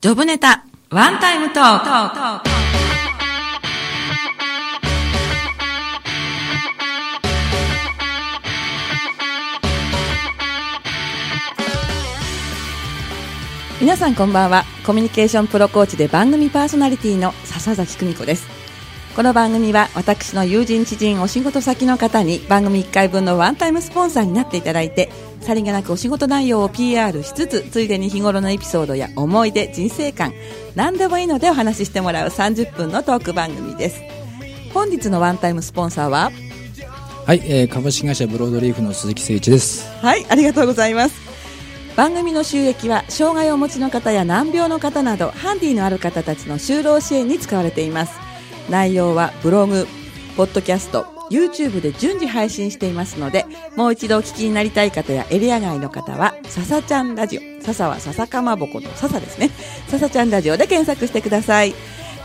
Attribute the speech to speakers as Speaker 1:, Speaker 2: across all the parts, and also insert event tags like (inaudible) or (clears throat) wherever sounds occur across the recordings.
Speaker 1: ジョブネタ、ワンタイムトーク。
Speaker 2: 皆さんこんばんはコミュニケーションプロコーチで番組パーソナリティの笹崎久美子ですこの番組は私の友人知人お仕事先の方に番組1回分のワンタイムスポンサーになっていただいてさりげなくお仕事内容を PR しつつついでに日頃のエピソードや思い出人生観何でもいいのでお話ししてもらう30分のトーク番組です本日のワンタイムスポンサーは
Speaker 3: はい、えー株式会社ブロードリーフの鈴木誠一です。
Speaker 2: はい、ありがとうございます。番組の収益は障害をお持ちの方や難病の方などハンディのある方たちの就労支援に使われています内容はブログポッドキャスト YouTube で順次配信していますのでもう一度お聞きになりたい方やエリア外の方は「ささちゃんラジオ」「ささはささかまぼこのささですね「ささちゃんラジオ」で検索してください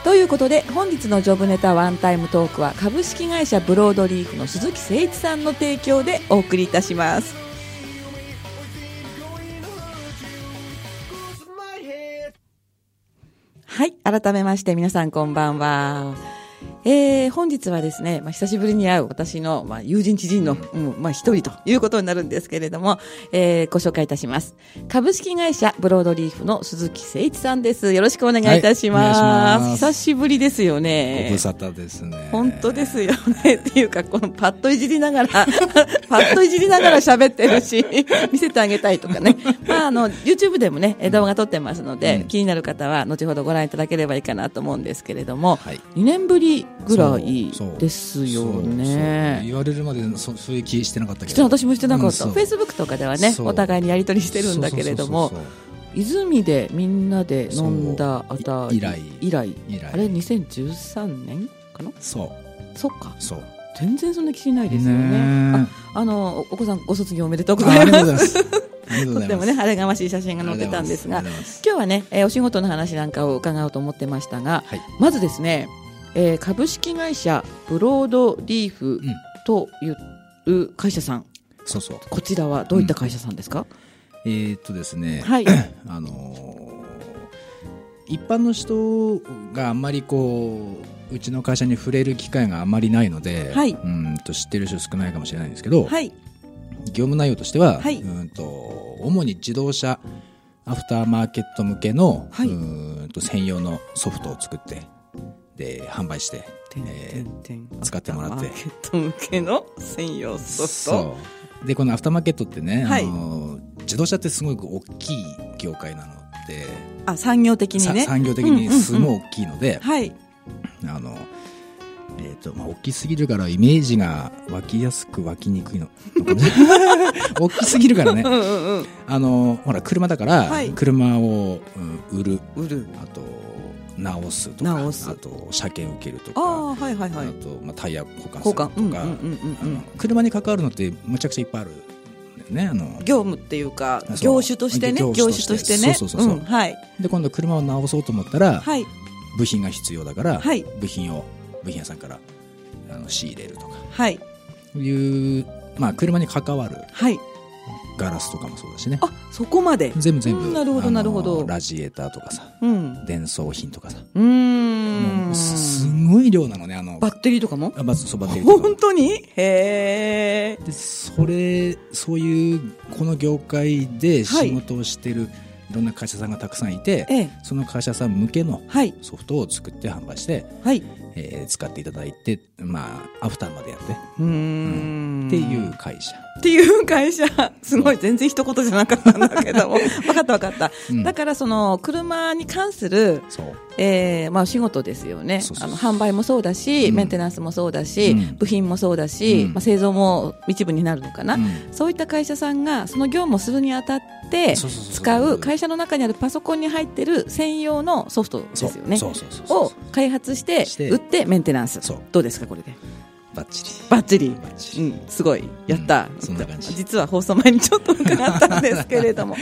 Speaker 2: ということで本日のジョブネタワンタイムトークは株式会社ブロードリーフの鈴木誠一さんの提供でお送りいたしますはい、改めまして皆さんこんばんは。えー、本日はですね、まあ、久しぶりに会う私の、まあ、友人知人の、うん、まあ、一人ということになるんですけれども、えー、ご紹介いたします。株式会社ブロードリーフの鈴木誠一さんです。よろしくお願いいたします。
Speaker 3: はいお願いしま
Speaker 2: 久
Speaker 3: す
Speaker 2: しぶりですよね。
Speaker 3: ご無沙汰ですね。
Speaker 2: 本当ですよね。っていうか、このパッといじりながら、 (laughs) パッといじりながら喋ってるし、 (laughs) 見せてあげたいとかね。まあ、あの、YouTube でもね、え動画撮ってますので、気になる方は、後ほどご覧いただければいいかなと思うんですけれども、
Speaker 3: はい
Speaker 2: 2年ぶりぐらい
Speaker 3: そうそう
Speaker 2: ですよ
Speaker 3: そうそう
Speaker 2: ね。
Speaker 3: 言われるまでそそういう気してなかったけ
Speaker 2: ち
Speaker 3: ど。
Speaker 2: ょっと私もしてなかった。
Speaker 3: うんそう
Speaker 2: Facebook とかではね、
Speaker 3: そう
Speaker 2: お互いにやり取りしてるんだけれども
Speaker 3: そう、そうそう
Speaker 2: 泉でみんなで飲んだあたり
Speaker 3: 以来
Speaker 2: 以来、
Speaker 3: 以来
Speaker 2: あれ2013年かな
Speaker 3: そう
Speaker 2: そっか。
Speaker 3: そうそう
Speaker 2: 全然そんな気しないですよね。
Speaker 3: ね
Speaker 2: あのおお子さんご卒業おめでとうご
Speaker 3: あ
Speaker 2: ざ
Speaker 3: あ
Speaker 2: い
Speaker 3: り
Speaker 2: ま
Speaker 3: が
Speaker 2: す。
Speaker 3: とうございます。ありがとうご
Speaker 2: とっ
Speaker 3: ざい
Speaker 2: て
Speaker 3: ま
Speaker 2: も
Speaker 3: す。
Speaker 2: ね晴れがましい写真が載ってたんですが、
Speaker 3: あり
Speaker 2: 今
Speaker 3: とうございます
Speaker 2: 日はね、えーお仕事の話なんかを伺おうと思ってましたが、
Speaker 3: はい
Speaker 2: まずですね、えー株式会社ブロードリーフ
Speaker 3: うん
Speaker 2: という会社さん、
Speaker 3: そうそう。
Speaker 2: こちらはどういった会社さんですか？
Speaker 3: えーっとですね。
Speaker 2: はい、
Speaker 3: (clears throat) あのー一般の人があんまりこううちの会社に触れる機会があまりないので、
Speaker 2: はいう
Speaker 3: ーんと知ってる人少ないかもしれないんですけど、
Speaker 2: はい、
Speaker 3: 業務内容としては、
Speaker 2: はい
Speaker 3: うんと主に自動車アフターマーケット向けの、
Speaker 2: はい
Speaker 3: うんと専用のソフトを作ってで販売して
Speaker 2: てんて
Speaker 3: えー
Speaker 2: んてん
Speaker 3: 使ってもらって
Speaker 2: マーケット向けの専用ソフト。
Speaker 3: そうでこのアフターマーケットってね、
Speaker 2: はい
Speaker 3: あの自動車ってすごく大きい業界なので、
Speaker 2: あ産業的に
Speaker 3: さ
Speaker 2: ね。
Speaker 3: 産業的
Speaker 2: うんう
Speaker 3: に
Speaker 2: んうん
Speaker 3: すごい大きいので、
Speaker 2: はい
Speaker 3: あのえーとまあ、大きすぎるからイメージが湧きやすく湧きにくいののかな
Speaker 2: (laughs)
Speaker 3: 大きすぎるからね
Speaker 2: うんうんうん
Speaker 3: あのほら車だから、
Speaker 2: はい
Speaker 3: 車を、うん売る
Speaker 2: 売る
Speaker 3: あと直すとか
Speaker 2: 直す
Speaker 3: あと車検受けると
Speaker 2: あ
Speaker 3: かあ,、
Speaker 2: あはいはいはい。
Speaker 3: と、まあ、タイヤ交換す
Speaker 2: 交
Speaker 3: るとか
Speaker 2: 換、うんうんうんうんう
Speaker 3: あの
Speaker 2: ん。
Speaker 3: 車に関わるのってむちゃくちゃいっぱいあるんだよねあの
Speaker 2: 業務っていうか
Speaker 3: そう
Speaker 2: 業種としてね業
Speaker 3: 業
Speaker 2: 種
Speaker 3: 種
Speaker 2: と
Speaker 3: と
Speaker 2: し
Speaker 3: してて
Speaker 2: ね
Speaker 3: そうそうそうそうん
Speaker 2: はい
Speaker 3: で今度車を直そうと思ったら、
Speaker 2: はい
Speaker 3: 部品が必要だから、
Speaker 2: はい
Speaker 3: 部品を部品屋さんからあの仕入れるとか
Speaker 2: はい
Speaker 3: いう、まあ、車に関わる
Speaker 2: はい
Speaker 3: ガラスとかもそうだしね
Speaker 2: あそこまで
Speaker 3: 全部全
Speaker 2: う
Speaker 3: 部
Speaker 2: んなるほど
Speaker 3: あの
Speaker 2: なるほど
Speaker 3: ラジエーターとかさ
Speaker 2: うんう
Speaker 3: 伝送品とかさ
Speaker 2: ー
Speaker 3: も
Speaker 2: ん
Speaker 3: うすすごい量なのねあの
Speaker 2: バッテリーとかも
Speaker 3: あまずそばっていうと
Speaker 2: 本当にへえ
Speaker 3: でそれそういうこの業界で仕事をしてる、い、ろんな会社さんがたくさんいて
Speaker 2: ええ
Speaker 3: その会社さん向けの
Speaker 2: はい
Speaker 3: ソフトを作って販売して、
Speaker 2: はいう
Speaker 3: えー使っていただいてまあアフターまでやってっ
Speaker 2: ーん
Speaker 3: ていう会社、
Speaker 2: っていう会社、すごい全然一言じゃなかったんだけ
Speaker 3: (laughs)
Speaker 2: ども、分かった分かった。
Speaker 3: うん
Speaker 2: だからその、車に関する、
Speaker 3: そう
Speaker 2: えーまあ、お仕事ですよね
Speaker 3: そうそ
Speaker 2: あ
Speaker 3: うそ
Speaker 2: の
Speaker 3: う
Speaker 2: 販売もそうだし、
Speaker 3: うん
Speaker 2: メンテナンスもそうだし、
Speaker 3: うん
Speaker 2: 部品もそうだし、
Speaker 3: うん
Speaker 2: まあ、製造も一部になるのかな、
Speaker 3: うん
Speaker 2: そういった会社さんがその業務をするにあたって
Speaker 3: そうそうそうそう
Speaker 2: 使う会社の中にあるパソコンに入ってる専用のソフトです
Speaker 3: そう
Speaker 2: よね
Speaker 3: そうそうそうそう
Speaker 2: を開発して
Speaker 3: して
Speaker 2: 売ってメンテナンス
Speaker 3: そう
Speaker 2: どうですかこれで
Speaker 3: バッチリ
Speaker 2: バッチリ
Speaker 3: バッチ
Speaker 2: う
Speaker 3: リ、
Speaker 2: ん、すごい、やった、
Speaker 3: うんそんな感じ
Speaker 2: 実は放送前に
Speaker 3: (laughs)
Speaker 2: ちょっと伺ったんですけれども、あ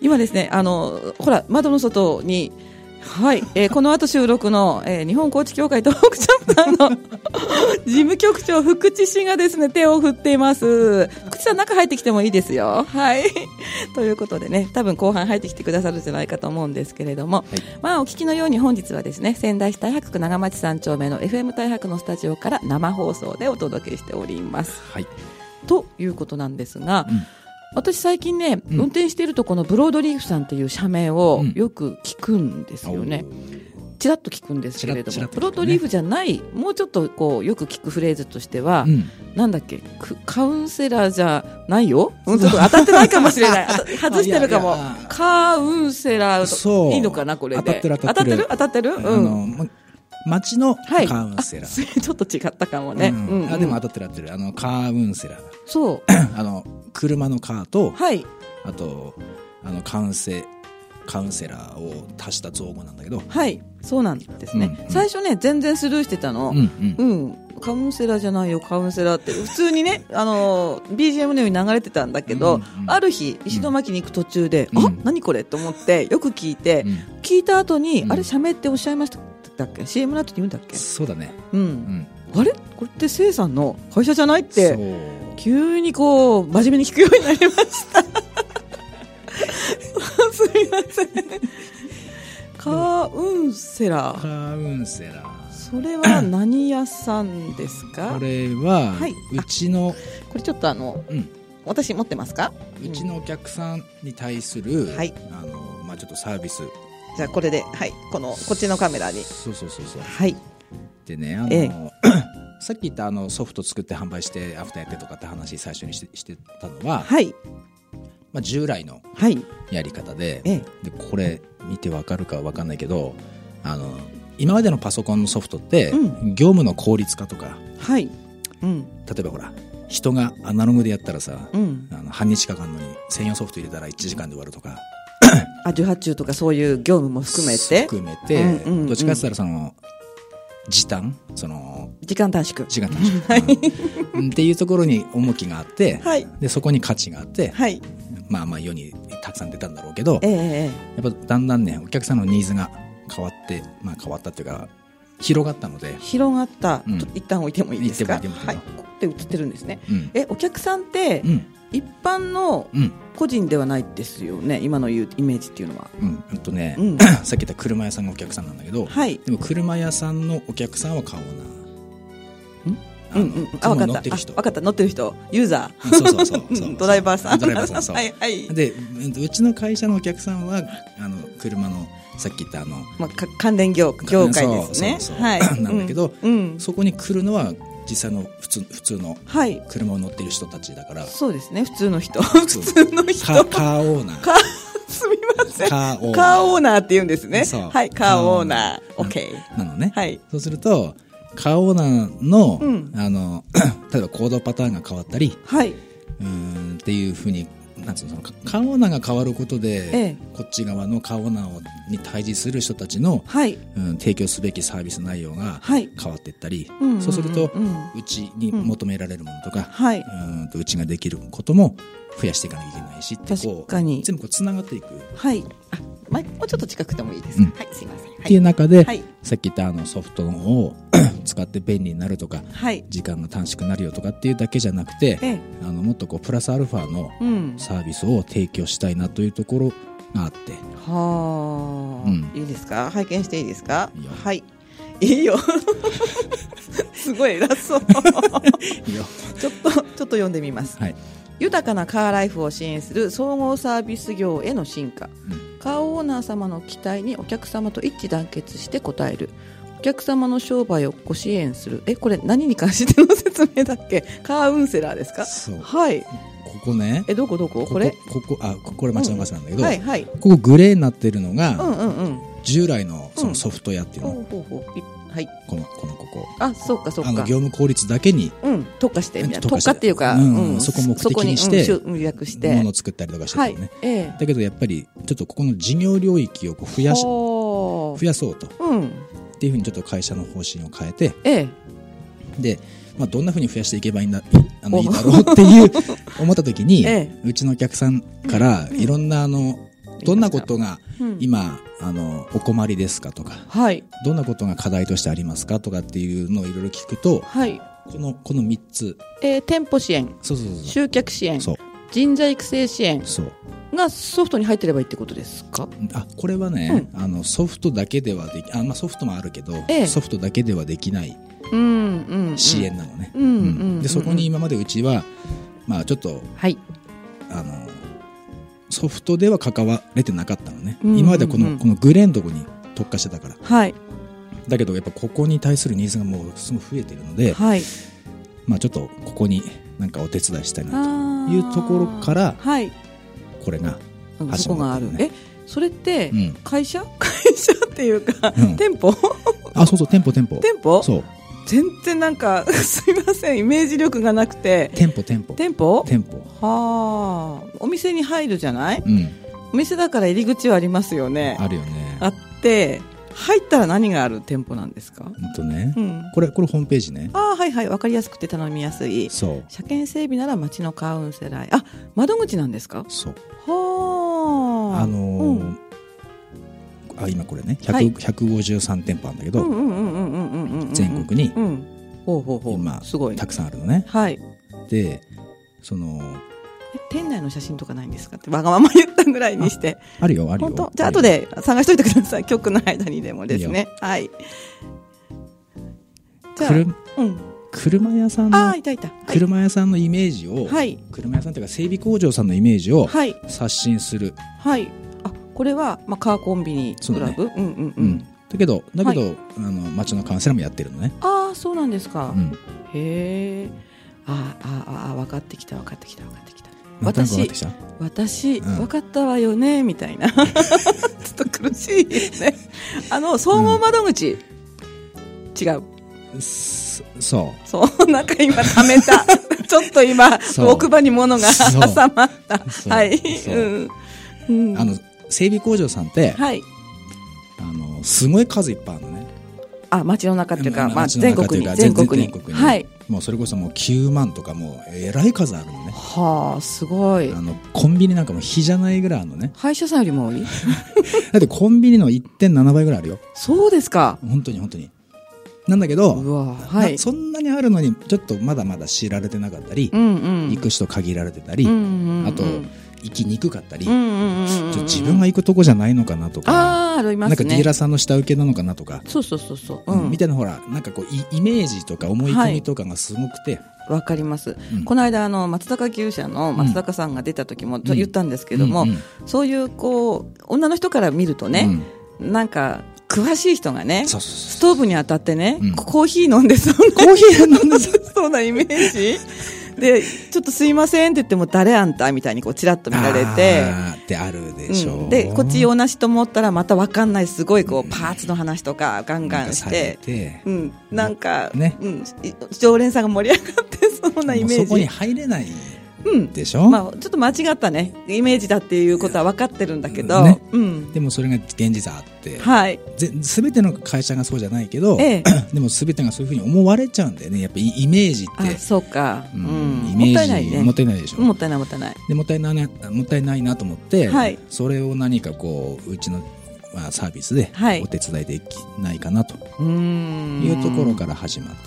Speaker 2: 今ですね、あのほら、窓の外にはい、えーこの後収録の、えー日本コーチ協会東北チャプターの (laughs) 事務局長福地氏がですね手を振っています福地さん中入ってきてもいいですよはい (laughs) ということでね多分後半入ってきてくださるんじゃないかと思うんですけれども、まあお聞きのように本日はですね仙台市太白区長町三丁目の FM 太白のスタジオから生放送でお届けしております
Speaker 3: はい、
Speaker 2: ということなんですが、
Speaker 3: うん
Speaker 2: 私最近ね、
Speaker 3: うん
Speaker 2: 運転しているとこのブロードリーフさんっていう社名を
Speaker 3: うん
Speaker 2: よく聞くんですよね、ちらっと聞くんですけれども、
Speaker 3: ちらっとち
Speaker 2: ブ
Speaker 3: ら
Speaker 2: ロ
Speaker 3: っとね
Speaker 2: ードリーフじゃないもうちょっとこうよく聞くフレーズとしては、
Speaker 3: うん、
Speaker 2: なんだっけくカウンセラーじゃないよ、うん、ちょっと当たってないかもしれ
Speaker 3: (laughs)
Speaker 2: ないあた外してるかも
Speaker 3: いやいやいや
Speaker 2: カウンセラー
Speaker 3: そ
Speaker 2: と
Speaker 3: う
Speaker 2: いいのかなこれで
Speaker 3: 当たってる当たってる
Speaker 2: 当たってる当たってる
Speaker 3: あ
Speaker 2: うん
Speaker 3: のま町の
Speaker 2: はい
Speaker 3: カウンセラ
Speaker 2: あ
Speaker 3: ー、
Speaker 2: それ (laughs) ちょっと違ったかもね、
Speaker 3: うん
Speaker 2: うんうん
Speaker 3: あでも当たってる当たってるあのカウンセラー (clears throat) だ
Speaker 2: そう
Speaker 3: あの車のカーと
Speaker 2: はい
Speaker 3: あとあのカウンセカウンセラーを足した造語なんだけど
Speaker 2: はいそうなんですね、
Speaker 3: うんうん
Speaker 2: 最初ね全然スルーしてたの、
Speaker 3: うんうん
Speaker 2: うん、カウンセラーじゃないよ、カウンセラーって、普通にね、あのー BGM のように流れてたんだけど、
Speaker 3: うんうん
Speaker 2: ある日、石巻に行く途中で、
Speaker 3: うん
Speaker 2: あ何これと思って、よく聞いて、
Speaker 3: うん
Speaker 2: 聞いた後に、
Speaker 3: うん
Speaker 2: あれ、社名っておっしゃいましたっけ、CM の後に言うんだっけ、
Speaker 3: そうだね
Speaker 2: う、
Speaker 3: うんん
Speaker 2: あれ、これって、せいさんの会社じゃないっ
Speaker 3: そう
Speaker 2: て、急にこう、真面目に聞くようになりました。 (laughs) すみません。カウンセラー。
Speaker 3: カウンセラー
Speaker 2: それは何屋さんですか
Speaker 3: これは、
Speaker 2: はいう
Speaker 3: ちの
Speaker 2: これちょっとあの、
Speaker 3: うん
Speaker 2: 私持ってますか
Speaker 3: うちのお客さんに対する、
Speaker 2: はい
Speaker 3: あのまあ、ちょっとサービス
Speaker 2: じゃあこれではいこのこっちのカメラに
Speaker 3: そうそうそうそう
Speaker 2: はい
Speaker 3: でねあの、
Speaker 2: え
Speaker 3: (coughs) さっき言ったあのソフト作って販売してアフターやってとかって話最初にしてしてたのは、
Speaker 2: はい
Speaker 3: まあ、従来の
Speaker 2: はい
Speaker 3: やり方で
Speaker 2: ええ
Speaker 3: でこれ見てわかるかわかんないけどあの今までのパソコンのソフトって、
Speaker 2: う
Speaker 3: 業務の効率化とか
Speaker 2: はいうん
Speaker 3: 例えばほら人がアナログでやったらさ、
Speaker 2: うん
Speaker 3: あの半日かかるのに専用ソフト入れたら1時間で終わるとか
Speaker 2: あ受発注とかそういう業務も含めて
Speaker 3: 含めて、
Speaker 2: うんうんうん
Speaker 3: どっちかって言ったらその時短その
Speaker 2: 時間短縮
Speaker 3: 時間
Speaker 2: (laughs)
Speaker 3: 短縮、うんっていうところに重きがあって、
Speaker 2: はい
Speaker 3: でそこに価値があって、
Speaker 2: はい
Speaker 3: まあまあ世にたくさん出たんだろうけど
Speaker 2: ええ
Speaker 3: や
Speaker 2: ええ
Speaker 3: っぱだんだんねお客さんのニーズが変わってまあ変わったっていうか広がったので、
Speaker 2: 広がった、
Speaker 3: うん
Speaker 2: ちょっと一旦置いてもいいですか
Speaker 3: 置いても置いても
Speaker 2: はいここで映ってるんですね
Speaker 3: うん
Speaker 2: えお客さんって
Speaker 3: うん
Speaker 2: 一般の
Speaker 3: うん
Speaker 2: 個人ではないですよね今の言うイメージっていうのは
Speaker 3: うん、うんとね、 (laughs)
Speaker 2: うん
Speaker 3: さっき言った車屋さんがお客さんなんだけど、
Speaker 2: はい
Speaker 3: でも車屋さんのお客さんは買おうなあ
Speaker 2: うんうん
Speaker 3: の
Speaker 2: あ
Speaker 3: 雲
Speaker 2: わかっ
Speaker 3: 乗
Speaker 2: た
Speaker 3: ってる人
Speaker 2: あわかった乗ってる人ユーザー
Speaker 3: うんそうそう
Speaker 2: (laughs)
Speaker 3: そうそう
Speaker 2: うんドライバーさん
Speaker 3: ドライバーさんそう
Speaker 2: はいはい
Speaker 3: でうんうちの会社のお客さんはあの車のさっき言ったあの
Speaker 2: まあ、か関連業業界ですね。
Speaker 3: そうそうそう
Speaker 2: はい
Speaker 3: なんだけど
Speaker 2: うんうん
Speaker 3: そこに来るのは実際の普通普通の
Speaker 2: はい、
Speaker 3: 車を乗ってる人たちだから
Speaker 2: そうですね。普通の人、普通の
Speaker 3: カ
Speaker 2: 人。
Speaker 3: カー
Speaker 2: (laughs)
Speaker 3: オーナー
Speaker 2: カすみません。カ
Speaker 3: カーオーナー
Speaker 2: ーオーナーって言うんですね。
Speaker 3: そう
Speaker 2: はい、カーオーナー。オ
Speaker 3: カーオーナ
Speaker 2: ッ
Speaker 3: ー
Speaker 2: ケー。
Speaker 3: なのね、
Speaker 2: はい。
Speaker 3: そうするとカーオーナーの,、
Speaker 2: うん
Speaker 3: あの (clears throat) 例えば行動パターンが変わったり
Speaker 2: はい。
Speaker 3: うーんっていうふうになんつうのそのカーオーナーが変わることで、
Speaker 2: ええ
Speaker 3: こっち側のカーオーナーに対峙する人たちの、
Speaker 2: はい。
Speaker 3: うん、提供すべきサービス内容が
Speaker 2: はい
Speaker 3: 変わっていったり、
Speaker 2: うんうんうん
Speaker 3: そうすると、
Speaker 2: う
Speaker 3: うんちに求められるものとか、
Speaker 2: はい。
Speaker 3: うんとうちができることも増やしていかなきゃいけないしってこ
Speaker 2: 確
Speaker 3: う
Speaker 2: かに
Speaker 3: 全部こうつながっていくっ
Speaker 2: はい。あ、まもうちょっと近くてもいいですか。
Speaker 3: うん
Speaker 2: はい、すみません。は
Speaker 3: ていう
Speaker 2: い。
Speaker 3: 中で、
Speaker 2: はい
Speaker 3: さっき言ったあのソフトを (coughs) 使って便利になるとか
Speaker 2: はい。
Speaker 3: 時間が短縮になるよとかっていうだけじゃなくて、
Speaker 2: ええ
Speaker 3: あのもっとこうプラスアルファの
Speaker 2: うん。
Speaker 3: サービスを提供したいなというところがあって
Speaker 2: はあ、
Speaker 3: うん
Speaker 2: いいですか拝見していいですか
Speaker 3: いいよ
Speaker 2: はい。いいよ。 (laughs) すごい偉 (laughs) そう。ちょっと、ちょっと読んでみます。
Speaker 3: はい、
Speaker 2: 豊かなカーライフを支援する総合サービス業への進化、カーオーナー様の期待にお客様と一致団結して応えるお客様の商売をご支援するえこれ何に関しての説明だっけカーウンセラーですか
Speaker 3: そう
Speaker 2: はい
Speaker 3: ここね
Speaker 2: えどこどこ
Speaker 3: こ
Speaker 2: これ
Speaker 3: ここあここれ町のおさんなんだけど、
Speaker 2: はいはい
Speaker 3: ここグレーになってるの
Speaker 2: う
Speaker 3: が
Speaker 2: んうんうん
Speaker 3: 従来のそのソフトウェアっていうの、
Speaker 2: ほうほうほういはい
Speaker 3: このこのここ
Speaker 2: あそうかそう
Speaker 3: あの
Speaker 2: か
Speaker 3: 業務効率だけに
Speaker 2: うん特化してみたいな
Speaker 3: 特
Speaker 2: 特
Speaker 3: 化して
Speaker 2: 化っていうか、
Speaker 3: うんそこを目的にして
Speaker 2: そこにうん集約して
Speaker 3: ものを作ったりとかしてた
Speaker 2: は
Speaker 3: よ
Speaker 2: い
Speaker 3: ね、
Speaker 2: ええ
Speaker 3: だけどやっぱりちょっとここの事業領域をこう増やし増
Speaker 2: ほう
Speaker 3: やそうとっ
Speaker 2: うん
Speaker 3: ていうふうにちょっと会社の方針を変えて
Speaker 2: ええ
Speaker 3: で、まあ、どんなふうに増やしていけばいいんだあのい
Speaker 2: (laughs)
Speaker 3: いだろうっていう思った時に、
Speaker 2: え
Speaker 3: うちのお客さんからいろんなあのどんなことが
Speaker 2: うん
Speaker 3: 今、あの、お困りですかとか、
Speaker 2: はい
Speaker 3: どんなことが課題としてありますかとかっていうのをいろいろ聞くと、
Speaker 2: はい、
Speaker 3: この、この3つ。
Speaker 2: えー店舗支援
Speaker 3: そうそうそう
Speaker 2: 集客支援
Speaker 3: そう。
Speaker 2: 人材育成支援
Speaker 3: そう。そう。
Speaker 2: がソフトに入ってればいいってことですか
Speaker 3: あ、これはね、あの、ソフトだけではでき、あ、まあソフトもあるけど、
Speaker 2: ええ
Speaker 3: ソフトだけではできない
Speaker 2: うんうん、うん、
Speaker 3: 支援なのね。
Speaker 2: うんうんうん
Speaker 3: で、そこに今までうちは、まあちょっと、
Speaker 2: はい
Speaker 3: あの、ソフトでは関われてなかったのね。
Speaker 2: うんうんうん
Speaker 3: 今までこの、このグレーのとこに特化してたから。
Speaker 2: はい
Speaker 3: だけどやっぱここに対するニーズがもうすごい増えてるので、
Speaker 2: はい
Speaker 3: まあちょっとここになんかお手伝いしたいな
Speaker 2: あ
Speaker 3: と
Speaker 2: ー
Speaker 3: いうところから、
Speaker 2: はい
Speaker 3: これが。
Speaker 2: うん
Speaker 3: 始
Speaker 2: そこがあ
Speaker 3: まった
Speaker 2: る
Speaker 3: のね
Speaker 2: えそれって
Speaker 3: うん
Speaker 2: 会社、 (laughs) 会社っていうか、
Speaker 3: うん
Speaker 2: 店舗
Speaker 3: あ、そうそう、店舗店舗。
Speaker 2: 店舗
Speaker 3: そう。
Speaker 2: 全然なんか (laughs) すいませんイメージ力がなくて
Speaker 3: 店舗店舗。
Speaker 2: 店舗
Speaker 3: 店舗。
Speaker 2: はあお店に入るじゃない
Speaker 3: うん。
Speaker 2: お店だから入り口はありますよね
Speaker 3: あるよね。
Speaker 2: あって入ったら何がある店舗なんですか、
Speaker 3: ほんとね
Speaker 2: う。ん、
Speaker 3: これ、これホームページね。
Speaker 2: ああはいはいわかりやすくて頼みやすい
Speaker 3: そう。
Speaker 2: 車検整備なら町のカウンセラーへあ窓口なんですか
Speaker 3: そう。
Speaker 2: はあ
Speaker 3: あの
Speaker 2: うん
Speaker 3: ー、あ、今これね、
Speaker 2: はい
Speaker 3: 100 153店舗あるんだけ
Speaker 2: うん
Speaker 3: ど、
Speaker 2: うんうんうんうんうんうんうん
Speaker 3: 全国に
Speaker 2: うんほうほうほう
Speaker 3: 今
Speaker 2: すごい
Speaker 3: たくさんあるのね。
Speaker 2: はい
Speaker 3: で、その、
Speaker 2: え店内の写真とかないんですかってわがまま言ったぐらいにして
Speaker 3: あるよ、ある
Speaker 2: 本
Speaker 3: よ
Speaker 2: 当。じゃあ後で探しといてください (laughs) 局の間にでもですねはいじゃ
Speaker 3: くる
Speaker 2: あ、うん、
Speaker 3: 車屋さん
Speaker 2: あ
Speaker 3: の
Speaker 2: ー、いたいたはい
Speaker 3: 車屋さんのイメージを、
Speaker 2: はい
Speaker 3: 車屋さんというか整備工場さんのイメージを
Speaker 2: はい
Speaker 3: 刷新する。
Speaker 2: はいあこれは、まあ、カーコンビニクラブう,、んうんうん、
Speaker 3: うん。だけど、だけど、あの、町のカウンセラーもやってるのね。
Speaker 2: ああそうなんですか、
Speaker 3: うん。
Speaker 2: へえあーあーあー分かってきた分かってきた分かってきた
Speaker 3: なんとなく分か
Speaker 2: 私
Speaker 3: ってきた
Speaker 2: 私、
Speaker 3: うん
Speaker 2: 分かったわよねみた
Speaker 3: (laughs)
Speaker 2: いなちょっと苦しいですねあの総合窓口、違う
Speaker 3: そそ
Speaker 2: そうなんか今ため
Speaker 3: (laughs)
Speaker 2: たちょっと今
Speaker 3: そう
Speaker 2: 奥歯に物が
Speaker 3: そう
Speaker 2: 挟まった
Speaker 3: そう
Speaker 2: はい
Speaker 3: そう
Speaker 2: うん、うん
Speaker 3: う。あの、整備工場さんって、
Speaker 2: はい
Speaker 3: あの、すごい数いっぱいあるのね。
Speaker 2: あ街の中っていうか、まあ、
Speaker 3: 街の
Speaker 2: 全
Speaker 3: 中とい
Speaker 2: 国
Speaker 3: うか
Speaker 2: に全国に
Speaker 3: 全全
Speaker 2: はい
Speaker 3: もうそれこそもう9万とかもう、えらい数あるのね。
Speaker 2: はあすごい
Speaker 3: あの、コンビニなんかも比じゃないぐらいあるのね。
Speaker 2: 歯医者さんよりも多い
Speaker 3: だってコンビニの1.7倍ぐらいあるよ。
Speaker 2: そうですか
Speaker 3: 本当に本当に。なんだけど、
Speaker 2: うわはい
Speaker 3: なそんなにあるのにちょっとまだまだ知られてなかったり、
Speaker 2: うんうん
Speaker 3: 行く人限られてたり、
Speaker 2: うん
Speaker 3: あと行きにくかったり、
Speaker 2: うんうんうんうんうん
Speaker 3: ちょ自分が行くとこじゃないのかなとか、
Speaker 2: ああありま
Speaker 3: な
Speaker 2: す
Speaker 3: んか
Speaker 2: ね
Speaker 3: ディーラーさんの下請けなのかなとか、
Speaker 2: そうそうそうそう、
Speaker 3: う
Speaker 2: うんん、
Speaker 3: みたいなほらなんかこういイメージとか思い込みとかがすごくて、
Speaker 2: わかります、
Speaker 3: うん
Speaker 2: この間あの松坂牛舎の松坂さんが出た時もと言ったんですけども、
Speaker 3: うんうん
Speaker 2: そういうこう女の人から見るとね、なんか詳しい人がね
Speaker 3: そうそうそう
Speaker 2: ストーブに当たってね、
Speaker 3: うん
Speaker 2: コーヒー飲んでそうなコーヒー飲ん (laughs) でそうなイメージでちょっとすいませんって言っても誰あんたみたいにこうちらっと見られて。
Speaker 3: あーってあるでしょ、
Speaker 2: うん、でこっち用なしと思ったらまた分かんないすごいこうパーツの話とかガンガンし
Speaker 3: なん
Speaker 2: て
Speaker 3: かされて
Speaker 2: うん、なんか、
Speaker 3: ね
Speaker 2: うん、い常連さんが盛り上がってそうなイ
Speaker 3: もう
Speaker 2: メ
Speaker 3: そこ
Speaker 2: ー
Speaker 3: に
Speaker 2: ジ。
Speaker 3: 入れない
Speaker 2: うん
Speaker 3: でしょ、
Speaker 2: まあ、ちょっと間違ったね、イメージだっていうことは分かってるんだけど、
Speaker 3: ね
Speaker 2: うん。
Speaker 3: でもそれが現実あって、
Speaker 2: はい。
Speaker 3: ぜ全ての会社がそうじゃないけど、 (clears throat)
Speaker 2: ええ
Speaker 3: でも全てがそういうふうに思われちゃうんだよねやっぱイイメージっ
Speaker 2: あ、
Speaker 3: て、
Speaker 2: そうか。う。
Speaker 3: うんんイメージ
Speaker 2: もったいないね。
Speaker 3: もったいないでしょ、
Speaker 2: もったいない、もったいない。
Speaker 3: でもったいないなもったいないなと思って、
Speaker 2: はい
Speaker 3: それを何かこううちの、まあ、サービスで
Speaker 2: はい
Speaker 3: お手伝いできないかなと
Speaker 2: うーん。
Speaker 3: いうところ。から始まって、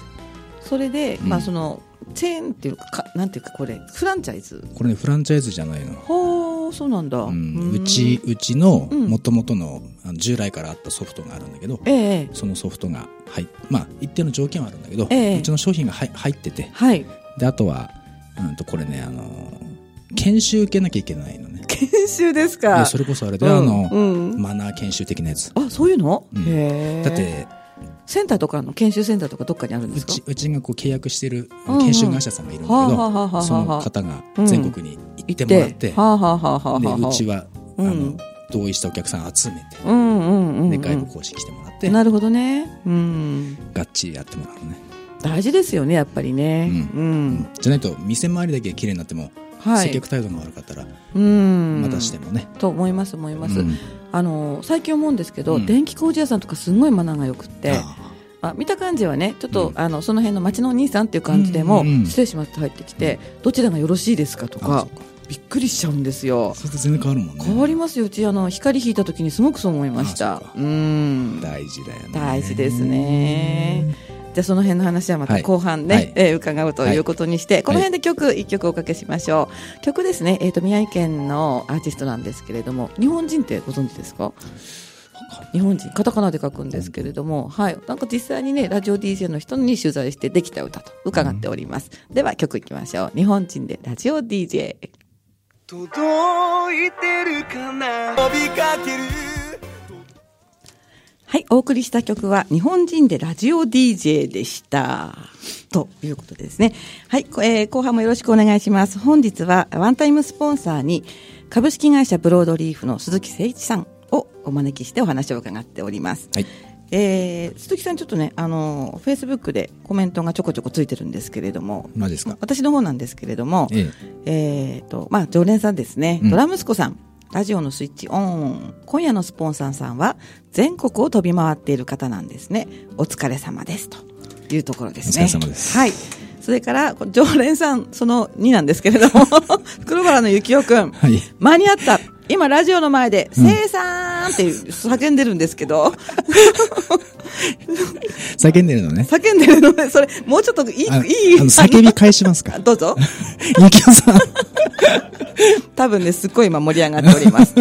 Speaker 2: それで、
Speaker 3: うん
Speaker 2: まあ、その、チェーンっていうか、かなんていうか、これ、フランチャイズ。
Speaker 3: これねフランチャイズじゃないの、
Speaker 2: ほー、そうなんだ。
Speaker 3: う
Speaker 2: うんん
Speaker 3: うち。うちの
Speaker 2: うん
Speaker 3: もともとのあの従来からあったソフトがあるんだけど、
Speaker 2: ええ
Speaker 3: そのソフトが入っまあ一定の条件はあるんだけど、
Speaker 2: ええ
Speaker 3: うちの商品が入入ってて
Speaker 2: はい。 (laughs)
Speaker 3: であとは、うん、とこれねあの研修受けなきゃいけないのね
Speaker 2: 研修です
Speaker 3: いや
Speaker 2: か。
Speaker 3: それこそあれで、
Speaker 2: うん
Speaker 3: あの、
Speaker 2: うん
Speaker 3: マナー研修的なやつ
Speaker 2: あ、そういうの、
Speaker 3: うん
Speaker 2: へえ。
Speaker 3: だって
Speaker 2: センターとかの研修センターとかどっかにあるんで
Speaker 3: う
Speaker 2: すか
Speaker 3: ちうちがこう契約してる
Speaker 2: うんうん
Speaker 3: 研修会社さんがいるんだけど、
Speaker 2: はあはあはあはあ
Speaker 3: その方が全国に行ってもらって、
Speaker 2: はあはあはあはあはあ
Speaker 3: でうちは、
Speaker 2: うん
Speaker 3: あの同意したお客さん集めて、
Speaker 2: うんうんうん、う
Speaker 3: で
Speaker 2: ん、
Speaker 3: 外部講師来てもらって、
Speaker 2: なるほどね、うん、
Speaker 3: がっちりやってもらうのね、
Speaker 2: 大事ですよねやっぱりね
Speaker 3: う
Speaker 2: うん
Speaker 3: うん
Speaker 2: ん、
Speaker 3: じゃないと店周りだけ綺麗になっても、
Speaker 2: はい
Speaker 3: 接客態度が悪かったら
Speaker 2: うん
Speaker 3: またしてもね、
Speaker 2: と思います思います、
Speaker 3: うん
Speaker 2: あの最近思うんですけど、
Speaker 3: うん
Speaker 2: 電気工事屋さんとかすごいマナーがよくって
Speaker 3: あ
Speaker 2: あ見た感じはねちょっと、
Speaker 3: うん
Speaker 2: あのその辺の町のお兄さんっていう感じでも、
Speaker 3: うんうんうん
Speaker 2: 失礼しますって入ってきて、どちらがよろしいですかと
Speaker 3: ああ
Speaker 2: か
Speaker 3: そうか
Speaker 2: びっくりしちゃうんですよ
Speaker 3: それと全然変わるもんね
Speaker 2: 変わりますようちあの光引いた時にすごくそう思いました
Speaker 3: あそうか
Speaker 2: うん
Speaker 3: 大事だよね
Speaker 2: 大事ですねじゃあその辺の話はまた
Speaker 3: はい
Speaker 2: 後半ね、
Speaker 3: はい
Speaker 2: えー伺うということにして、この辺で曲一曲おかけしましょう曲ですね、えー、と宮城県のアーティストなんですけれども日本人ってご存知ですか日本人カタカナで書くんですけれども、はい、なんか実際にねラジオ DJ の人に取材してできた歌と伺っております、では曲いきましょう日本人でラジオ DJ
Speaker 4: 届いてるかな飛びかける
Speaker 2: はい、お送りした曲は日本人でラジオ DJ でした。ということですね。はい、こえー後半もよろしくお願いします。本日はワンタイムスポンサーに株式会社ブロードリーフの鈴木誠一さんをお招きしてお話を伺っております。
Speaker 3: はい
Speaker 2: えー鈴木さんちょっとね、あの、フェイスブックでコメントがちょこちょこついてるんですけれども、
Speaker 3: マジです
Speaker 2: (laughs)
Speaker 3: か
Speaker 2: 私の方なんですけれども、
Speaker 3: え
Speaker 2: えーとまあ、常連さんですね、
Speaker 3: うん
Speaker 2: ドラムスコさんラジオのスイッチオン今夜のスポンサーさんは全国を飛び回っている方なんですねお疲れ様ですというところですね
Speaker 3: お疲れ様です
Speaker 2: はいそれからこ常連さんその2なんですけれども (laughs) 黒原の幸男君、
Speaker 3: はい
Speaker 2: 間に合った今ラジオの前で「せいさん!」って叫んでるんですけど、
Speaker 3: 叫んでるのね
Speaker 2: 叫んでるのでそれもうちょっといい
Speaker 3: あ
Speaker 2: いい
Speaker 3: あの叫び返します
Speaker 2: あ
Speaker 3: か
Speaker 2: の (laughs) どうぞ
Speaker 3: ゆきおさん
Speaker 2: 多分ね、すっごい今盛り上がっており
Speaker 3: (laughs)
Speaker 2: ます。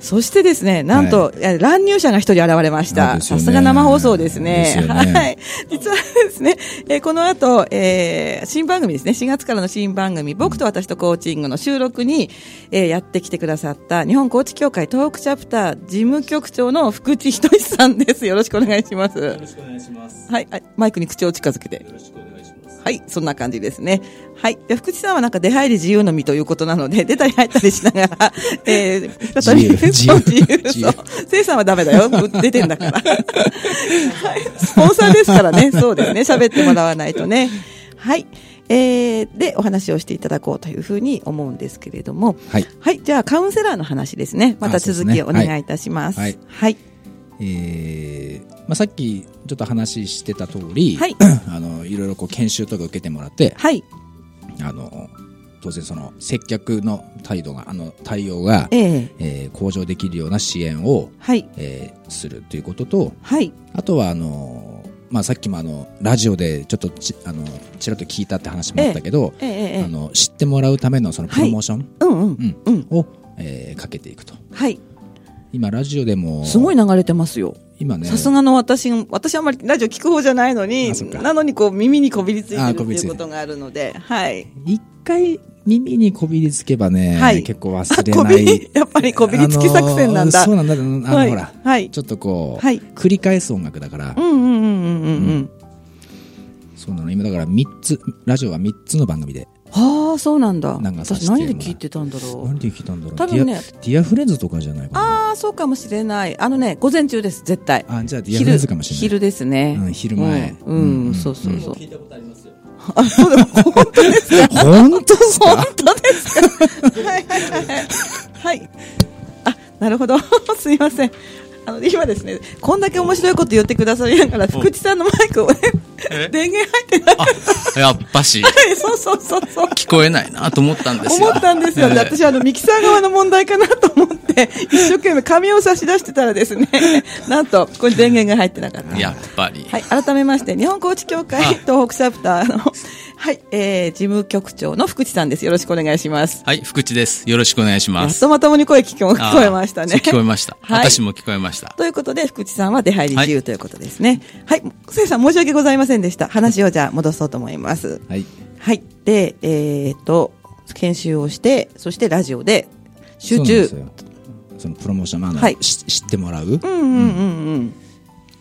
Speaker 2: そしてですね、なんと、いや乱入者が一人現れまし
Speaker 3: そう
Speaker 2: た。
Speaker 3: ですよ
Speaker 2: さ
Speaker 3: ね
Speaker 2: すが生放送ですね。
Speaker 3: ですよね
Speaker 2: はい。実はですね、えーこの後、えー新番組ですね、4月からの新番組、僕と私とコーチングの収録に、えーやってきてくださった、日本コーチ協会東北チャプター事務局長の福地仁さんです。よろしくお願いします。よろしくお願いします。はい。あマイクに口を近づけて。はい、そんな感じですね。はい。で、福地さんはなんか出入り自由の身ということなので、出 (laughs) たり入ったりしながら、えー、再び
Speaker 3: 自由
Speaker 2: そう自由。
Speaker 3: 自
Speaker 2: そ
Speaker 3: 由
Speaker 2: う。せいさんはダメだよ。出てんだから。はい。スポンサーですからね。そうですね。喋ってもらわないとね。はい。えー、で、お話をしていただこうというふうに思うんですけれども。
Speaker 3: はい
Speaker 2: はい。じゃあ、カウンセラーの話ですね。また
Speaker 3: あそうです
Speaker 2: 続
Speaker 3: ね
Speaker 2: きをお願いいたします。
Speaker 3: はい
Speaker 2: はい。
Speaker 3: えーまあ、さっきちょっと話してた通り、
Speaker 2: はい
Speaker 3: (clears throat) あのいろいろこう研修とか受けてもらって
Speaker 2: はい。
Speaker 3: あの当然その接客の態度があの対応が、
Speaker 2: ええ
Speaker 3: えー向上できるような支援を、
Speaker 2: はい。
Speaker 3: えーするということと
Speaker 2: はい。
Speaker 3: あとはあの、まあ、さっきもあのラジオでちょっとちあのちらっと聞いたって話もあったけど、
Speaker 2: えええ
Speaker 3: あ
Speaker 2: え。
Speaker 3: の知ってもらうためのそのプロモーション、
Speaker 2: うんうん。
Speaker 3: うん
Speaker 2: うん
Speaker 3: を、えーかけていくと
Speaker 2: はい。
Speaker 3: 今ラジオでも
Speaker 2: すごい流れてますよ。
Speaker 3: 今ね
Speaker 2: さすがの私、私あんまりラジオ聞く方じゃないのに
Speaker 3: あそっ、か
Speaker 2: なのにこう耳にこびりつい
Speaker 3: あ
Speaker 2: てる
Speaker 3: こ
Speaker 2: っ
Speaker 3: び
Speaker 2: て
Speaker 3: り
Speaker 2: い
Speaker 3: ついうてる
Speaker 2: ことがあるので、はい。
Speaker 3: 一回耳にこびりつけばね、
Speaker 2: はい
Speaker 3: 結構
Speaker 2: あ
Speaker 3: 忘れ
Speaker 2: (laughs) こ
Speaker 3: な
Speaker 2: び
Speaker 3: い
Speaker 2: り、。やっぱりこびりつき作戦なんだ。
Speaker 3: あのーそうなんだ。あの、
Speaker 2: はい
Speaker 3: ほら、
Speaker 2: はい
Speaker 3: ちょっとこう、
Speaker 2: はい
Speaker 3: 繰り返す音楽だから、
Speaker 2: うんうんうんうんうんうん。
Speaker 3: そうなの。今だから三つ、ラジオは三つの番組で。
Speaker 2: はあ、そうなんだ。
Speaker 3: なんかさ
Speaker 2: 私
Speaker 3: せてもら
Speaker 2: 何
Speaker 3: う
Speaker 2: で聞いてたんだろ
Speaker 3: 何
Speaker 2: う。
Speaker 3: で聞いたんだろう
Speaker 2: 多分ね
Speaker 3: ディア、ディアフレンズとかじゃないかな。
Speaker 2: ああ、そうかもしれない。あのね、午前中です、絶対。
Speaker 3: あじゃあディアフレ
Speaker 2: 昼
Speaker 3: ンズかもしれない。
Speaker 2: 昼ですね
Speaker 3: う。ん昼前
Speaker 2: うん
Speaker 3: う
Speaker 2: うんん、そうそうそう。
Speaker 3: 本当ですか
Speaker 2: はいはいはいはい。はい。あ、なるほど。 (laughs) すいません。あの、今ですね、こんだけ面白いこと言ってくださりながら、福地さんのマイクをね、電源入ってなく
Speaker 5: あ、やっぱし、
Speaker 2: て、そうそうそうそう。
Speaker 5: 聞こえないなと思ったんですよ。
Speaker 2: 思ったんですよ、ね、
Speaker 5: ええ
Speaker 2: 私あのミキサー側の問題かなと思って一生懸命紙を差し出してたら
Speaker 5: (laughs)
Speaker 2: ですねなんとここに電源が入ってなかった
Speaker 5: やっぱり。
Speaker 2: はい、改めまして日本コーチ協会
Speaker 5: あ
Speaker 2: 東北チャプターの、はいえー、事務局長の福地さんですよろしくお願いします
Speaker 5: はい、福地です。よろしくお願いし
Speaker 2: や
Speaker 5: ま
Speaker 2: っ
Speaker 5: す。
Speaker 2: とまともに声聞こえ聞こえました
Speaker 5: あ
Speaker 2: ね。
Speaker 5: ーそう聞こえました。
Speaker 2: はい
Speaker 5: 私も聞こえました。
Speaker 2: ということで、福地さんは出入り自
Speaker 5: は
Speaker 2: 由ということですね。はい。せいさん、申し訳ございませんでした。話をじゃあ戻そうと思います。
Speaker 3: はい。
Speaker 2: はい。で、えーっと、研修をして、そしてラジオで集
Speaker 3: そう
Speaker 2: 中。
Speaker 3: なんですよそのプロモーション、あの、
Speaker 2: はい
Speaker 3: し知ってもらう。
Speaker 2: うんうんうんうん。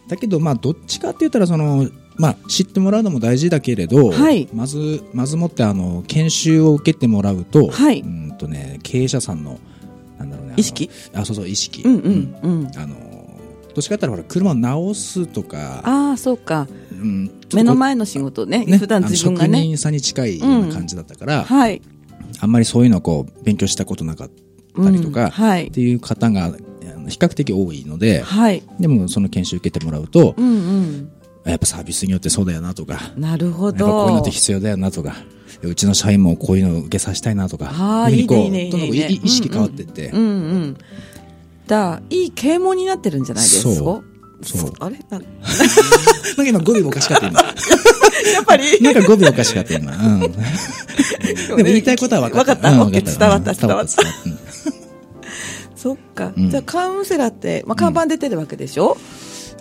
Speaker 3: だけど、まあ、どっちかって言ったら、その、まあ、知ってもらうのも大事だけれど、
Speaker 2: はい
Speaker 3: まず、まずもって、あの、研修を受けてもらうと、
Speaker 2: はい
Speaker 3: うんとね、経営者さんの、なんだろうね、あの
Speaker 2: 意識
Speaker 3: あ、そうそう、意識。
Speaker 2: うんうんうん。
Speaker 3: あの、どっちかって言ったら、ほら、車を直すとか、
Speaker 2: ああ、そうか。
Speaker 3: うん
Speaker 2: 目の前の仕事ね。普段自分が
Speaker 3: あの職
Speaker 2: ね。
Speaker 3: 人さんに近いような感じだったから、
Speaker 2: はい。
Speaker 3: あんまりそういうのをこう、勉強したことなかったりとか、
Speaker 2: うんはい
Speaker 3: っていう方が、あの比較的多いので、
Speaker 2: はい。
Speaker 3: でもその研修受けてもらうと、
Speaker 2: うんうん。
Speaker 3: やっぱサービスによってそうだよなとか、やっ
Speaker 2: なるほ
Speaker 3: ぱこ
Speaker 2: ど
Speaker 3: ういうのって必要だよなとか、うちの社員もこういうのを受けさせたいなとか、
Speaker 2: あー
Speaker 3: いうふうにこう
Speaker 2: いいねいいね
Speaker 3: どんどんこう
Speaker 2: いいね
Speaker 3: 意識変わってって、
Speaker 2: うんうんだいい啓蒙になってるんじゃないですか
Speaker 3: そうそう
Speaker 2: あれな
Speaker 3: なんか今語尾おかしかった今。
Speaker 2: やっぱり
Speaker 3: なんか語尾おかしかった今。
Speaker 2: (laughs)
Speaker 3: うん。でも言いたいことは分かった。
Speaker 2: 分かった
Speaker 3: うん
Speaker 2: OK 伝わった伝わった。
Speaker 3: うんうん
Speaker 2: そっか、
Speaker 3: うん
Speaker 2: じゃあカウンセラーって、まあ、看板出てるわけでしょ、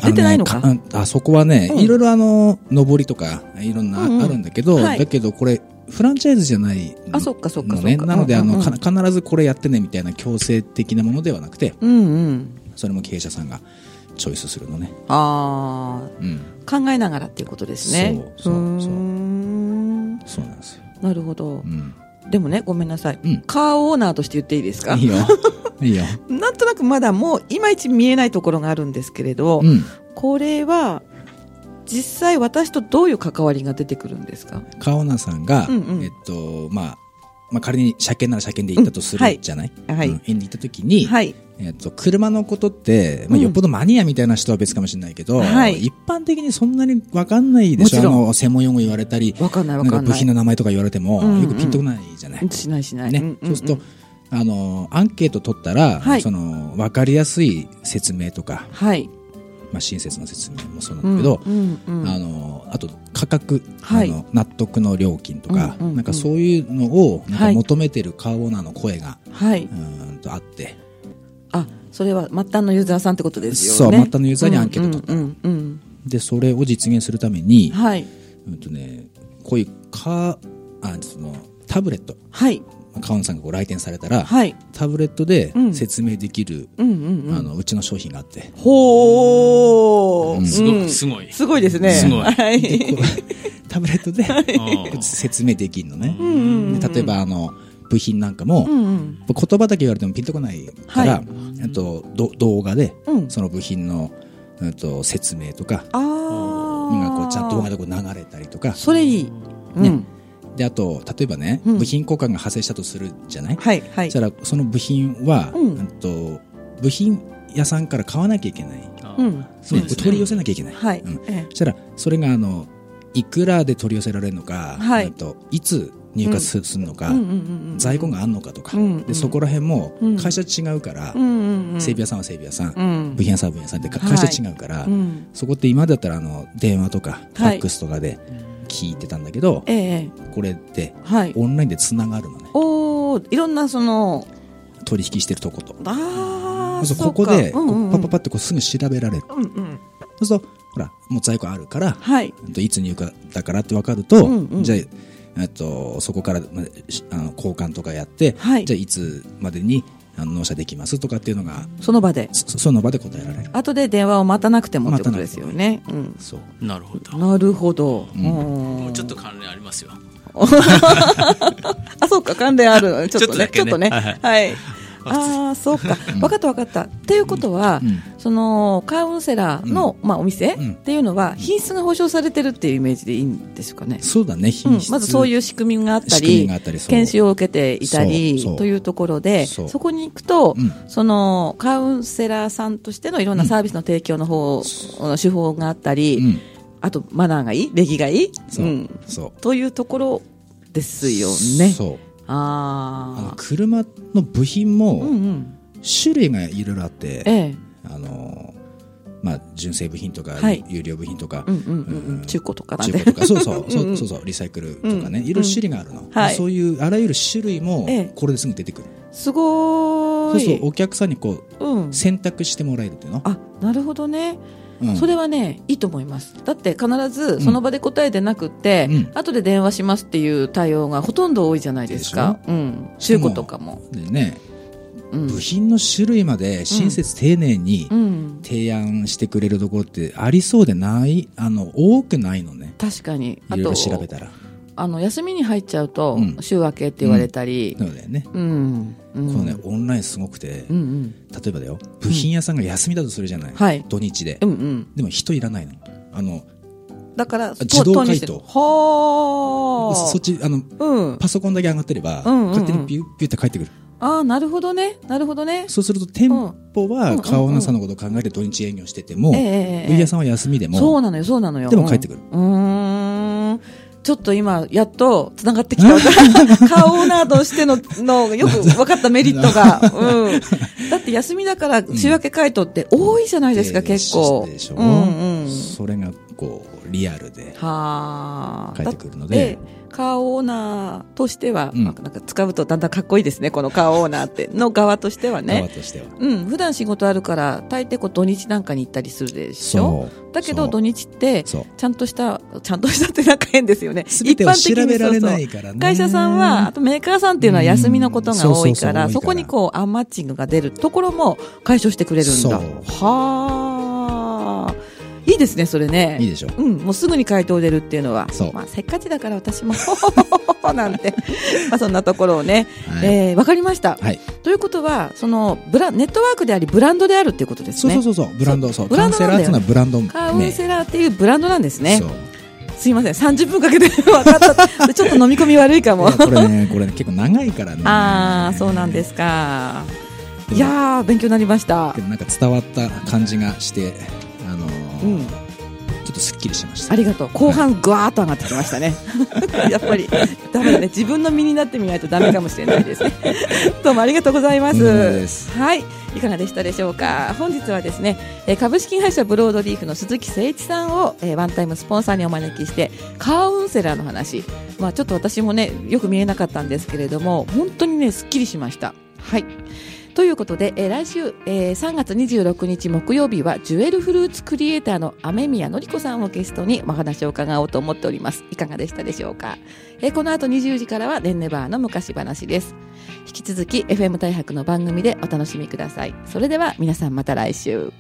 Speaker 3: あ
Speaker 2: 出てないのか
Speaker 3: ねあそこはね、
Speaker 2: うん
Speaker 3: いろいろあの、上りとか、いろんな、
Speaker 2: うんうん
Speaker 3: あるんだけど、
Speaker 2: はい
Speaker 3: だけどこれ、フランチャイズじゃないの
Speaker 2: あそっかそっかそっか
Speaker 3: のねなので、あ
Speaker 2: うんう
Speaker 3: の、
Speaker 2: ん
Speaker 3: か必ずこれやってねみたいな強制的なものではなくて、
Speaker 2: うんうん
Speaker 3: それも経営者さんがチョイスするのね。
Speaker 2: あ
Speaker 3: うん。
Speaker 2: あ考えながらっていうことですね
Speaker 3: そうそうそう
Speaker 2: ーん
Speaker 3: そうなんですよ。
Speaker 2: なるほど
Speaker 3: う、ん。
Speaker 2: でもねごめんなさい、
Speaker 3: うん
Speaker 2: カーオーナーとして言っていいですか
Speaker 3: いいよ。 (laughs) いいよ。
Speaker 2: なんとなくまだもういまいち見えないところがあるんですけれど、
Speaker 3: うん。
Speaker 2: これは実際私とどういう関わりが出てくるんですか
Speaker 3: カオナさんが、
Speaker 2: うんうん
Speaker 3: えっと、まあ、まあ、仮に車検なら車検で行ったとす
Speaker 2: うんはい
Speaker 3: るじゃない、
Speaker 2: はい
Speaker 3: うん行った時に、
Speaker 2: はい
Speaker 3: えっと、車のことって、まあ、
Speaker 2: うん
Speaker 3: よっぽどマニアみたいな人は別かもしれないけど、
Speaker 2: はい
Speaker 3: 一般的にそんなにわかんないで
Speaker 2: も
Speaker 3: し
Speaker 2: ち
Speaker 3: ょあ
Speaker 2: ろん
Speaker 3: の、専門用語言われたり、
Speaker 2: わかんないわ
Speaker 3: ん
Speaker 2: か
Speaker 3: か
Speaker 2: んな
Speaker 3: 部
Speaker 2: い
Speaker 3: 品の名前とか言われても、
Speaker 2: うんうん
Speaker 3: よくピンとこないじゃない、
Speaker 2: しないしない、
Speaker 3: ね
Speaker 2: んんん
Speaker 3: そうすると、あの、アンケート取ったら、
Speaker 2: はい
Speaker 3: その、わかりやすい説明とか、
Speaker 2: はい
Speaker 3: まあ、親切な説明もそうなんだけど、
Speaker 2: うんうんうん
Speaker 3: あのあと価格、
Speaker 2: はい
Speaker 3: あの納得の料金とか、
Speaker 2: うんうんうん
Speaker 3: なんかそういうのをな
Speaker 2: は
Speaker 3: んか
Speaker 2: い
Speaker 3: 求めてるカーオーナーの声が、
Speaker 2: はい、
Speaker 3: うーんとあって
Speaker 2: あそれは末端のユーザーさんってことですよね
Speaker 3: そう末端のユーザーにアンケート取った
Speaker 2: うんうんうん
Speaker 3: でそれを実現するため
Speaker 2: うん
Speaker 3: に、
Speaker 2: はい
Speaker 3: うんとね、こういうカーあそのタブレット
Speaker 2: はい
Speaker 3: カーオーナーさんがこう来店されたら、
Speaker 2: はい
Speaker 3: タブレットで
Speaker 2: うん
Speaker 3: 説明できる、
Speaker 2: うんうんうん
Speaker 3: あのうちの商品があって。
Speaker 2: ほー、
Speaker 3: うん
Speaker 5: すご
Speaker 2: うん
Speaker 5: い、すごい。
Speaker 2: すごいですね
Speaker 5: すごい
Speaker 2: は
Speaker 3: でこ
Speaker 2: い、
Speaker 3: うタブレットで
Speaker 5: う
Speaker 3: (laughs)
Speaker 5: ん
Speaker 3: 説明できるのね、
Speaker 2: うんうんうん
Speaker 3: で例えばあの部品なんかも、
Speaker 2: うんうん
Speaker 3: 言葉だけ言われてもピンとこないから、
Speaker 2: はい
Speaker 3: えっとど動画で、
Speaker 2: うん
Speaker 3: その部品の、えっと説明とか
Speaker 2: あ
Speaker 3: 今こ
Speaker 2: あ
Speaker 3: うちゃんと動画でこう流れたりとか
Speaker 2: それいい、うん
Speaker 3: ねであと例えばね、
Speaker 2: うん
Speaker 3: 部品交換が発生したとするじゃない、
Speaker 2: はいはい
Speaker 3: そしたらその部品は、
Speaker 2: うん
Speaker 3: えっと部品屋さんから買わなきゃいけない、
Speaker 5: あ
Speaker 2: う
Speaker 5: ー
Speaker 2: ん
Speaker 5: そう
Speaker 3: こ
Speaker 5: ですね
Speaker 3: れ取り寄せなきゃいけない、
Speaker 2: はい、
Speaker 3: うん
Speaker 2: ええ
Speaker 3: そしたらそれがあのいくらで取り寄せられるのか、
Speaker 2: はい
Speaker 3: えっといつ入荷すするのか、
Speaker 2: うんうんうんうん
Speaker 3: 在庫があるのかとか、
Speaker 2: うんうん
Speaker 3: でそこら辺も
Speaker 2: うん
Speaker 3: 会社違うから、
Speaker 2: うんうんうん
Speaker 3: 整備屋さんは整備屋さん、
Speaker 2: うん
Speaker 3: 部品屋さんは部品屋さんってか
Speaker 2: はい
Speaker 3: 会社違うから、
Speaker 2: うん
Speaker 3: そこって今だったらあの電話とかフ
Speaker 2: はい
Speaker 3: ァックスとかで聞いてたんだけど、
Speaker 2: ええ
Speaker 3: これって
Speaker 2: はい
Speaker 3: オンラインでつながるのね
Speaker 2: おーいろんなその
Speaker 3: 取引してるとこと
Speaker 2: ああ
Speaker 3: そうここで
Speaker 2: うんうんうん
Speaker 3: こうパッパッパってこうすぐ調べられる
Speaker 2: うんうん
Speaker 3: そうするとほらもう在庫あるから、
Speaker 2: はい
Speaker 3: えっといつ入荷だからって分かると、
Speaker 2: うんうん
Speaker 3: じゃあえっと、そこから、ましあの交換とかやって、
Speaker 2: はい
Speaker 3: じゃあいつまでにあの納車できますとかっていうのが
Speaker 2: その場で
Speaker 3: そその場で答えられる
Speaker 2: 後で電話を待たなくてもってこと
Speaker 3: 待た
Speaker 2: で
Speaker 3: なく
Speaker 2: す
Speaker 3: て
Speaker 2: よ
Speaker 3: も
Speaker 2: ね、うん、
Speaker 3: そう
Speaker 5: なるほど。
Speaker 2: なるほど、
Speaker 3: ん
Speaker 5: もうちょっと
Speaker 2: うん
Speaker 5: 関連ありますよ。
Speaker 2: (laughs) あそうか関連あ
Speaker 5: (laughs)
Speaker 2: るちょっとねち
Speaker 5: ち
Speaker 2: ょ
Speaker 5: ょ
Speaker 2: っと
Speaker 5: っと
Speaker 2: ね
Speaker 5: だけね
Speaker 2: はいああそうか分かった分かったっていうことは、
Speaker 3: うん
Speaker 2: そのカウンセラーの、まあ、お店
Speaker 3: うん
Speaker 2: っていうのは品質が保証されてるっていうイメージでいいんですかね、
Speaker 3: そうだね
Speaker 2: うん
Speaker 3: 品質、
Speaker 2: まずそういう仕組みがあった
Speaker 3: 仕組
Speaker 2: り
Speaker 3: みがあったりそう
Speaker 2: 研修を受けていたり
Speaker 3: そうそう
Speaker 2: というところで
Speaker 3: そ
Speaker 2: そうこに行くと、
Speaker 3: うん
Speaker 2: そのカウンセラーさんとしてのいろんなサービスの提供の方、手法があったり、
Speaker 3: うん
Speaker 2: あとマナーがいい礼儀がいい、
Speaker 3: そう、
Speaker 2: ん、
Speaker 3: そう
Speaker 2: というところですよね。
Speaker 3: そうあの
Speaker 2: ああ
Speaker 3: 車の部品
Speaker 2: うんう
Speaker 3: も
Speaker 2: ん
Speaker 3: 種類がいろいろあって、
Speaker 2: ええ
Speaker 3: あのまあ、純正部品とか、
Speaker 2: はい
Speaker 3: 有料部品とか、
Speaker 2: うんうんうんうん
Speaker 3: うん
Speaker 2: 中古とかなん
Speaker 3: 中
Speaker 2: で
Speaker 3: 古とかそう
Speaker 2: (laughs)
Speaker 3: そう
Speaker 2: うんうん
Speaker 3: そうそうそうリサイクルとかね、
Speaker 2: うん
Speaker 3: いろいろ種類があるの、
Speaker 2: はい
Speaker 3: そういうあらゆる種類も
Speaker 2: ええ
Speaker 3: これですぐ出てくる、
Speaker 2: すご
Speaker 3: そ
Speaker 2: ー
Speaker 3: う
Speaker 2: い
Speaker 3: そうお客さんにこう
Speaker 2: うん、
Speaker 3: 選択してもらえるっていうの、
Speaker 2: あなるほどね、
Speaker 3: うん
Speaker 2: それはねいいと思いますだって必ずその場で答えでなくって、
Speaker 3: うん
Speaker 2: 後で電話しますっていう対応がほとんど多いじゃないですか、うん、中古とかも、
Speaker 3: でね、
Speaker 2: うん
Speaker 3: 部品の種類まで親切丁寧に
Speaker 2: うん、
Speaker 3: 提案してくれるところってありそうでないあの多くないのね
Speaker 2: 確かにあ
Speaker 3: いろい
Speaker 2: と
Speaker 3: ろ調べたら
Speaker 2: あの休みに入っちゃうと、
Speaker 3: うん
Speaker 2: 週明けって言われたり
Speaker 3: なのでね、
Speaker 2: うん、うん
Speaker 3: このねオンラインすごくて、
Speaker 2: うんうん
Speaker 3: 例えばだよ部品屋さんが休みだとするじゃない、
Speaker 2: はい
Speaker 3: 土日で、
Speaker 2: うんうん
Speaker 3: でも人いらないのあの
Speaker 2: だから
Speaker 3: 自動
Speaker 2: 投入してる
Speaker 3: 回答
Speaker 2: は
Speaker 3: そ
Speaker 2: ー
Speaker 3: っちあの
Speaker 2: うん
Speaker 3: パソコンだけ上がってれば、
Speaker 2: うんうんうん
Speaker 3: 勝手にビュッビュッて帰ってくる
Speaker 2: あああなるほどねなるほどね
Speaker 3: そうすると店舗
Speaker 2: うんうんうんう
Speaker 3: は
Speaker 2: ん
Speaker 3: 川女さんのことを考えて土日営業してても、
Speaker 2: ええええええ
Speaker 3: ブイヤさんは休みでも
Speaker 2: そうなのよそうなのよ
Speaker 3: でも帰ってくる
Speaker 2: うんうーんちょっと今やっとつながってき
Speaker 3: (laughs)
Speaker 2: た顔オーナーとしてののよく分かったメリット
Speaker 3: (laughs)
Speaker 2: が、うん、だって休みだから週明け回答って多いじゃないですか、
Speaker 3: で
Speaker 2: 結構
Speaker 3: でしょ、
Speaker 2: うんうん
Speaker 3: それがこうリアルで
Speaker 2: はあ
Speaker 3: 帰ってくるので
Speaker 2: カーオーナーとしては、
Speaker 3: うん
Speaker 2: なんか使うとだんだんかっこいいですねこのカーオーナーっての側としては
Speaker 3: 側
Speaker 2: ね
Speaker 3: としては、
Speaker 2: うん普段仕事あるから大抵こう土日なんかに行ったりするでしょ
Speaker 3: う
Speaker 2: だけど
Speaker 3: そう
Speaker 2: 土日って
Speaker 3: そう
Speaker 2: ちゃんとした、ちゃんとしたってなんか変ですよね。
Speaker 3: 全てを調べられ
Speaker 2: そう
Speaker 3: な
Speaker 2: そう
Speaker 3: いからね
Speaker 2: 会社さんは、あとメーカーさんっていうのは休みのことが多いから、そ
Speaker 3: うんそうそうそう
Speaker 2: こにこう、アンマッチングが出るところも解消してくれるんだ。
Speaker 3: そう
Speaker 2: はあ。いいですね、それね。
Speaker 3: いいでしょ
Speaker 2: うん、もうすぐに回答出るっていうのは。
Speaker 3: そう
Speaker 2: まあ、せっかちだから私も、 (laughs) ほほほほなんて。 (laughs) まあ、そんなところをね。
Speaker 3: はい
Speaker 2: えーわかりました。
Speaker 3: はい
Speaker 2: ということは、その、ブラ、ネットワークであり、ブランドであるっていうことです
Speaker 3: そう
Speaker 2: ね。
Speaker 3: そうそうそうブランドそう
Speaker 2: ブランド
Speaker 3: カウンセ
Speaker 2: なんだよ
Speaker 3: ラーっていうのはブランド名
Speaker 2: カウンセラーっていうブランドなんですね。
Speaker 3: そう
Speaker 2: すいません、30分かけて (laughs) 分かった。ちょっと飲み込み悪いかも
Speaker 3: いや。これねこれね結構長いからね
Speaker 2: (laughs) ああ、そうなんですすか。いやー、勉強になりました
Speaker 3: で。もなんか伝わった感じがしてあのー
Speaker 2: うん
Speaker 3: ちょっとすっきりしました
Speaker 2: ありがとう。後半、ぐわーっと上がってきました
Speaker 3: (laughs)
Speaker 2: ね。やっぱり、ダメだね。自分の身になってみないとダメかもしれないですね。どうもありがとうございま
Speaker 3: とんでもない
Speaker 2: す
Speaker 3: で。す
Speaker 2: はい。いかがでしたでしょうか。本日はですね、えー株式会社ブロードリーフの鈴木誠一さんを、えーワンタイムスポンサーにお招きして、カウンセラーの話。まあちょっと私もね、よく見えなかったんですけれども、本当にね、すっきりしました。はい。ということで、えー来週、えー3月26日木曜日は、ジュエルフルーツクリエイターの雨宮のり子さんをゲストにお話を伺おうと思っております。いかがでしたでしょうか。えーこの後20時からは、デンネバーの昔話です。引き続き、FM 大白の番組でお楽しみください。それでは、皆さんまた来週。